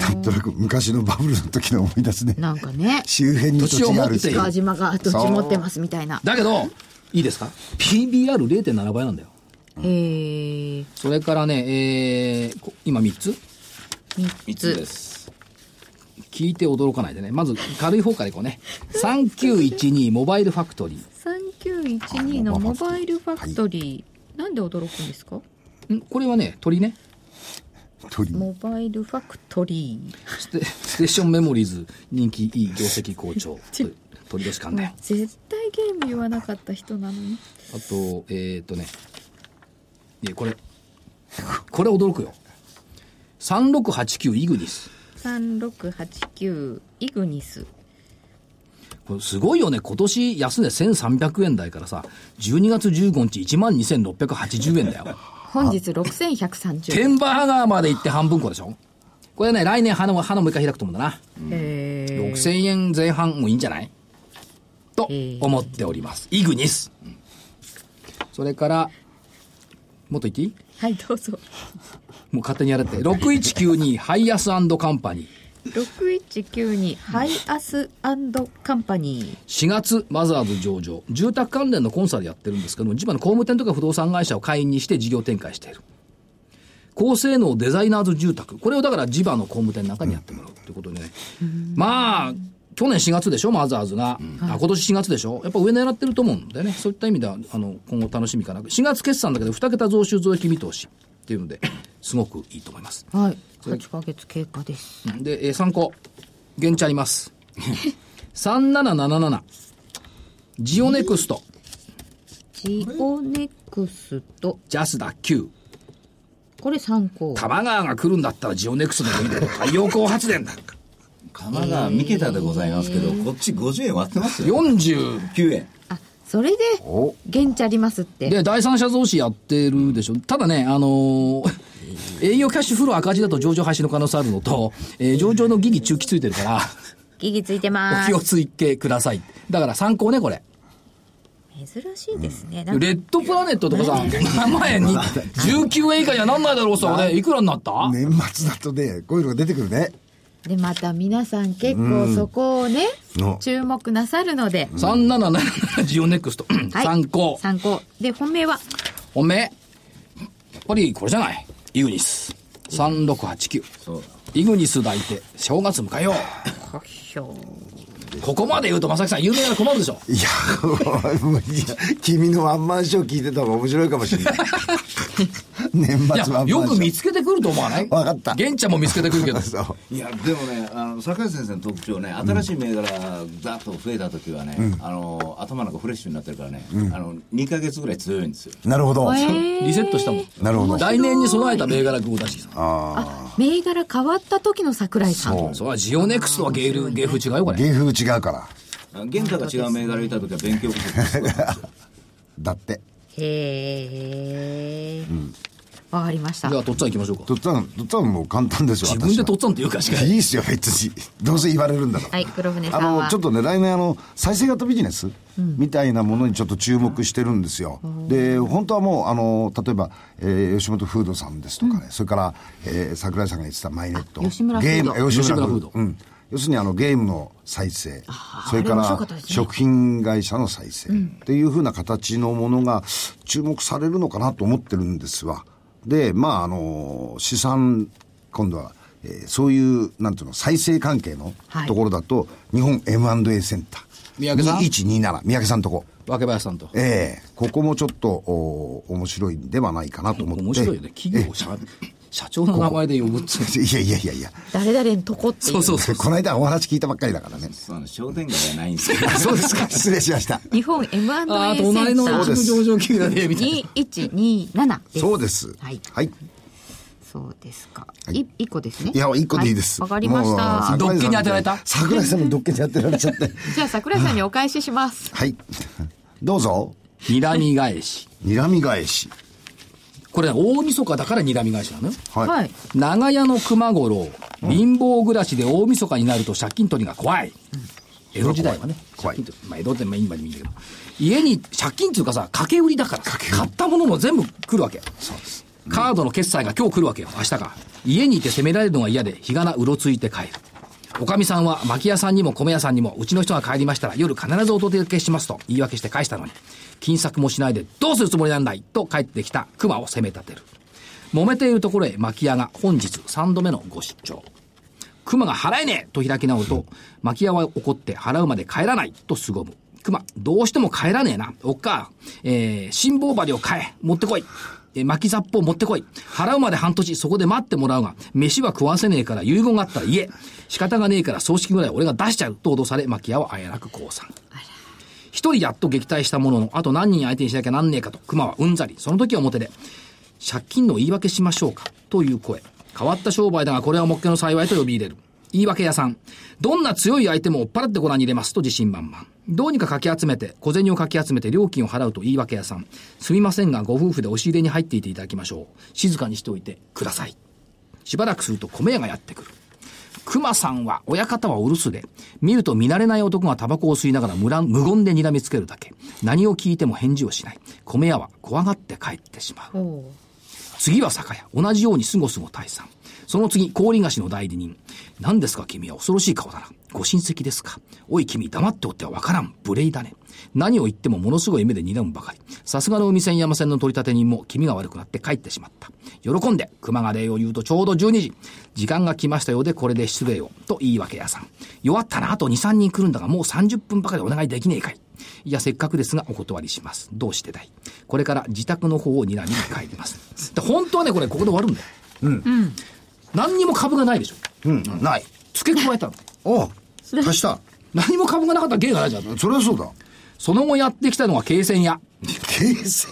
んとなく昔のバブルの時の思い出すね。なんかね周辺に土地があるってい土地を持川っう。島が土地持ってますみたいなだけど、いいですか ?PBR0.7 倍なんだよ。えー、それからね、えー、こ今3つ3つです聞いて驚かないでね。まず軽い方からいこうね。3912モバイルファクトリー。 3912のモバイルファクトリー、なんで驚くんですかんこれはね、鳥ね。鳥。モバイルファクトリーステステーションメモリーズ人気いい業績好調という鳥年間だよ絶対ゲーム言わなかった人なのにあとえっ、ー、とねいやこれこれ驚くよ3689イグニス3689イグニスこれすごいよね今年安値1300円台からさ12月15日12680円だよ本日6130テンバーガーまで行って半分こでしょこれね来年花も花もう一回開くと思うんだなえー6000円前半もいいんじゃないと思っております。イグニス。うんそれから、もっと言っていいはいどうぞもう勝手にやれって。6192ハイアスカンパニー。 6192ハイアスカンパニー4月、マザーズ上場。住宅関連のコンサルやってるんですけども、一番の工務店とか不動産会社を会員にして事業展開している。高性能デザイナーズ住宅。これをだから地場の工務店なんかにやってもらうということでね。まあ、去年4月でしょ、マザーズが。あ今年4月でしょ。やっぱ上狙ってると思うんでね。そういった意味では、あの、今後楽しみかな。4月決算だけど、2桁増収増益見通しっていうので、すごくいいと思います。はい8ヶ月経過ですで、えー、参考。現地あり ます。3777。ジオネクスト。ジオネクストジャスダ Q。これ参考多摩川が来るんだったらジオネクストでもいいんだよ。太陽光発電だ。神奈川三桁でございますけどこっち50円割ってますよ40。 9円あそれでお現地ありますってで、第三者増資やってるでしょ。ただね、あのー営業キャッシュフロー赤字だと上場廃止の可能性あるのと、えー上場の疑義中期ついてるかギギついてら、まおす気をつけください。だから参考ね、これ。珍しいですね、なんかレッドプラネットとかさ、名前に19円以下にはなんないだろうさ、あれ、いくらになった年末だとね、こういうのが出てくるね。でまた皆さん結構そこをね、うん注目なさるので、 3777ジオネクスト。はい参考。参考で本命はおめえやっぱりこれじゃない。イグニス。3689。そうだイグニス抱いて正月迎えよはひょうここまで言うと正木さん有名なら困るでしょいや、 もういや君のワンマンショー聞いてた方が面白いかも しれない。年末いワンマやンショー。よく見つけてくると思わないわかった玄ちゃんも見つけてくるけ ど そういやでもねあの坂井先生の特徴ね新しい銘柄ざっと増えた時はね、あの頭なんかフレッシュになってるからね、あの2か月ぐらい強いんですよなるほど。リセットしたもんなるほど。来年に備えた銘柄群を出してきた銘柄変わった時の桜井さんそれはジオネクストは芸風芸風違うよこれ芸風違うから。あ原価が違う銘柄いた時は勉強不足ですよだって。へえわかりましたじゃあとっつぁん行きましょうかとっつぁん、とっつぁんもう簡単ですよ、自分でとっ私つぁんって言うかしかはないいいいっすよ、別に。どうせ言われるんだろう。はい黒船さあんのはちょっとね来年あの再生型ビジネスみたいなものにちょっと注目してるんですよ、で本当はもうあの例えば、えー吉本フードさんですとかね、それから、えー桜井さんが言ってたマイネットあ吉村フーゲードムえ吉吉村村フフーード、ドうん、要するにあのゲームの再生そあれれか面白からったですね食品会社の再生っていうふうな形のものが注目されるのかなと思ってるんですわでまああの資産今度は、えーそういうなんていうの再生関係のはいところだと、日本 M&A センター三宅さん2127三宅さんとこ若林さんとええここもちょっとお面白いんではないかなと思って面白いよね企業を社社長の名前で呼ぶっつう いやいやいやいや誰々のとこっていそううそうそうこの間お話聞いたばっかりだからねそう商店街じゃないん ですけどあそうですか 失礼しました日本 M&A センタああ隣のそうで一す部上場企業だねみたいな2127ですそうですはいはいそうですか。はいい、一個ですね。いや、一個でいいです。はわ、かりました。ドッキリに当てられたた桜井さんにドッキリに当てられちゃって。じゃあ桜井さんにお返しします。はい。どうぞ。睨み返し睨み返し。これね大晦日だから睨み返しなのよはい。はい。長屋の熊五郎貧乏暮らしで大晦日になると借金取りが怖い、江戸時代はね怖い借金取りまあ江戸ってまあ今でもいいんだけど家に借金っていうかさ掛け売りだからさ買ったものも全部来るわけそうですカードの決済が今日来るわけよ明日か家にいて責められるのが嫌で日がなうろついて帰るおかみさんは薪屋さんにも米屋さんにもうちの人が帰りましたら夜必ずお届けしますと言い訳して返したのに金策もしないでどうするつもりなんだいと帰ってきた熊を責め立てる揉めているところへ巻屋が本日3度目のご出張熊が払えねえと開き直ると巻屋は怒って払うまで帰らないと凄む熊どうしても帰らねえなおっかえー、辛抱針を買え持ってこいえー巻き雑報持ってこい払うまで半年そこで待ってもらうが飯は食わせねえから遺言があったら言え仕方がねえから葬式ぐらい俺が出しちゃうと脅され巻屋はあやなく降参一人やっと撃退したものの、あと何人相手にしなきゃなんねえかと、熊はうんざり。その時は表で、借金の言い訳しましょうか、という声。変わった商売だがこれはもっけの幸いと呼び入れる。言い訳屋さん。どんな強い相手も追っ払ってご覧に入れますと自信満々。どうにかかき集めて、小銭をかき集めて料金を払うと言い訳屋さん。すみませんが、ご夫婦で押し入れに入っていていただきましょう。静かにしておいてください。しばらくすると米屋がやってくる。熊さんは親方はお留守で、見ると見慣れない男がタバコを吸いながら無乱無言で睨みつけるだけ。何を聞いても返事をしない。米屋は怖がって帰ってしまう。次は酒屋。同じようにすごすご退散。その次、氷菓子の代理人。何ですか君は恐ろしい顔だな。ご親戚ですか。おい君、黙っておってはわからん。無礼だね。何を言ってもものすごい目で睨むばかり。さすがの海線山線の取り立て人も気味が悪くなって帰ってしまった。喜んで、熊が礼を言うとちょうど12時。時間が来ましたようでこれで失礼を。と言い訳屋さん。弱ったな、あと2、3人来るんだがもう30分ばかりお願いできねえかい。いや、せっかくですがお断りします。どうしてだい。これから自宅の方を睨みに帰ります。で本当はね、これここで終わるんだよ。うん。何にも株がないでしょ。うん、ない。付け加えたの。おう足した。何も株がなかったら芸がないじゃん。それはそうだ。その後やってきたのが慶戦屋。形成。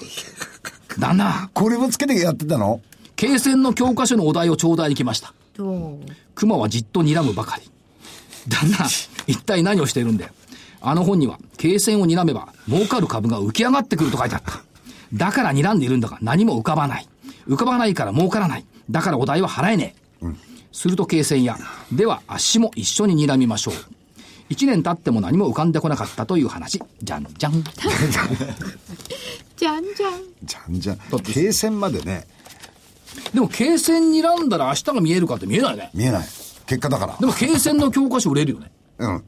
だな。これもつけてやってたの慶戦の教科書のお題を頂戴に来ました。どう熊はじっと睨むばかり。旦那、一体何をしているんだよ。あの本には、経線を睨めば、儲かる株が浮き上がってくると書いてあった。だから睨んでいるんだが、何も浮かばない。浮かばないから儲からない。だからお代は払えねえ。すると経線や、では、あっしも一緒に睨みましょう。一年経っても何も浮かんでこなかったという話。じゃんじゃん。じゃんじゃん。じゃんじゃん。形成までね、でも、経線睨んだら明日が見えるかって見えないね。見えない。結果だからで。も、経線の教科書売れるよね。うん。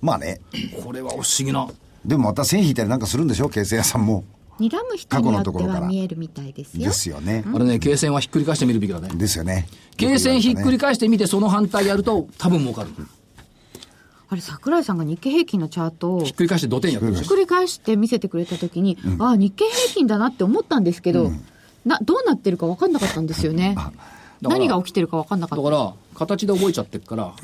まあね。これは不思議な。でもまた線引いたりなんかするんでしょ形成屋さんも。睨む人過によ去のとこってろかはら見えるみたいですよですよね。あれね、経線はひっくり返してみるべきだね。ですよね。経線ひっく返り返してみて、その反対やると、多分儲かる。あれ桜井さんが日経平均のチャートをひっくり返して土点やってるでひっしょくり返して見せてくれた時に、ああ日経平均だなって思ったんですけど、などうなってるか分かんなかったんですよねだから何が起きてるか分かんなかだっかたら、形で覚えちゃってるから、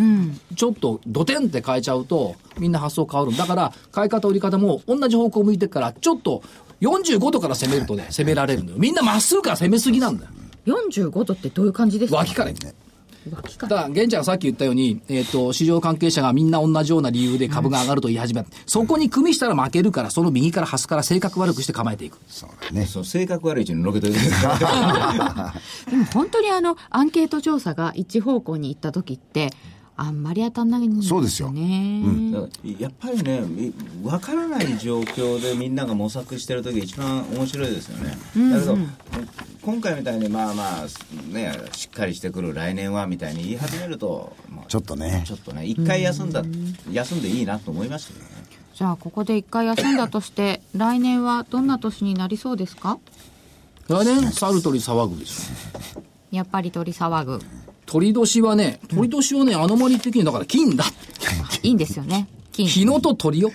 ちょっと土点って変えちゃうと、みんな発想変わる。だから、買い方、売り方も同じ方向向いてるから、ちょっと45度から攻めるとね、攻められるのよ。みんなまっすぐから攻めすぎなんだよ。 45度ってどういう感じですか脇から行く脇だかからら、玄ちゃんがさっき言ったように、えっ、と、市場関係者がみんな同じような理由で株が上がると言い始めた。そこに組みしたら負けるから、その右から端から性格悪くして構えていく。そうだね。そう性格悪い人にのけとい てくださいでも本当にあのアンケート調査が一方向に行った時ってあんまり当たんないんですよねそうですようだからやっぱりね分からない状況でみんなが模索してる時一番面白いですよね、だけど今回みたいにまあまあねしっかりしてくる来年はみたいに言い始めると、まあちょっとねちょっとね一回休んだ、休んでいいなと思いましたけどねじゃあここで一回休んだとして来年はどんな年になりそうですか来年、猿鳥騒ぐでしょ。やっぱり鳥騒ぐ鳥年はね、鳥年はね、アノマリ的にだから金だ。いいんですよね金日野と鳥よ。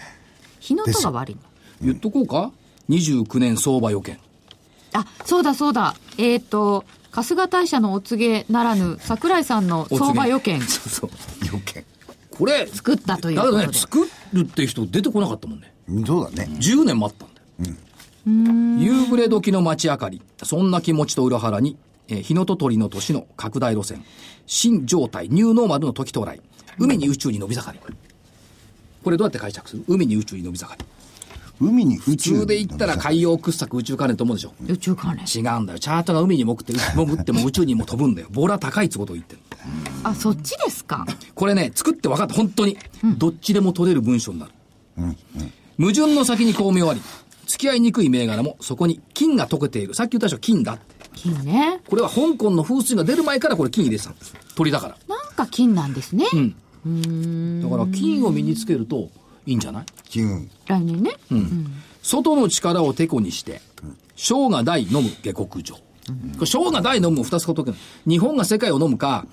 日の音が悪い言っとこうか ?29 年相場予見。あそうだそうだえっ、と春日大社のお告げならぬ桜井さんのお告相げ場予見そう そう。余計。これ、だ作ったというけことどでね、作るって人出てこなかったもんね。そうだね。 10年待ったんだよ。夕暮れ時の街明かり、そんな気持ちと裏腹に、えー日のと鳥の年の拡大路線、新状態、ニューノーマルの時到来、海に宇宙に伸び盛り。これどうやって解釈する海に宇宙に伸び盛り。海に宇宇宙宙で言ったら海洋掘削宇宙関連と思うでしょ。宇宙関連違うんだよ。チャートが海に潜って、潜っても宇宙にも飛ぶんだよ。ボラ高いってことを言ってる。あそっちですかこれね、作って分かった、本当に。どっちでも取れる文章になる。矛盾の先に巧妙あり、付き合いにくい銘柄もそこに金が溶けている。さっき言ったでしょ、金だって。金ねこれは香港の風水が出る前からこれ金入れてたんです。鳥だから。なんか金なんですね、んだから金を身につけるといいんじゃない金運。来年ね、外の力をてこにして、生が大飲む下克上。これ生が大飲むも二つこと日本が世界を飲むか、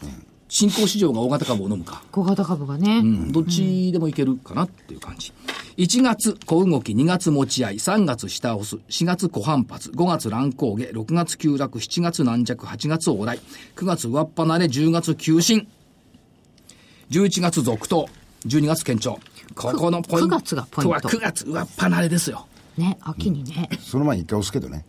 新興市場が大型株を飲むか。小型株がね、うんどっちでもいけるかなっていう感じ。1月小動き、2月持ち合い、3月下押す、4月小反発、5月乱高下、6月急落、7月軟弱、8月往来、9月上っ離れ、10月急進、11月続投、12月堅調。ここのポイントく九月がポイントは9月上っ離れですよ。ね秋にね、その前に一回押すけどね。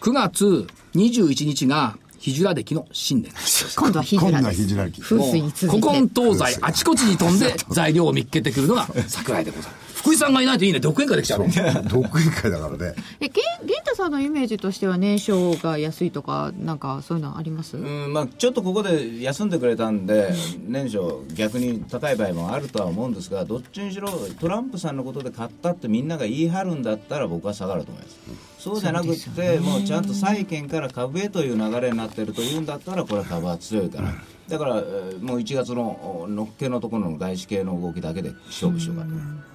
9月21日が、ヒジュラ歴の新年です。今度はヒ今ジ度ラはでひすじらき。風水に続古いて今東西、あちこちに飛んで材料を見っけてくるのが桜井でございます。福井さんがいないといいね、独演会できちゃうの。独演会だからね。えげ源太さんのイメージとしては年商が安いとかなんかそういうのあります、うんまあ、ちょっとここで休んでくれたんで、年初、逆に高い場合もあるとは思うんですが、どっちにしろ、トランプさんのことで買ったってみんなが言い張るんだったら、僕は下がると思います、そうじゃなくて、もうちゃんと債券から株へという流れになってるというんだったら、これは株は強いから、だから、えーもう1月のおのっけのところの外資系の動きだけで勝負しようかと思います。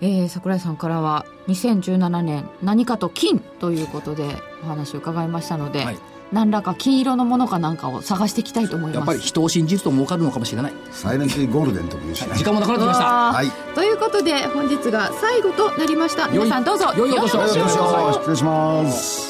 えー、桜井さんからは2017年何かと金ということでお話を伺いましたので、はい何らか金色のものかなんかを探していきたいと思います。やっぱり人を信じると儲かるのかもしれない。サイレントにゴールデンとか言うしね。時間もなくなってきました。はい。ということで本日が最後となりました皆さんどうぞ良いお年を失礼します。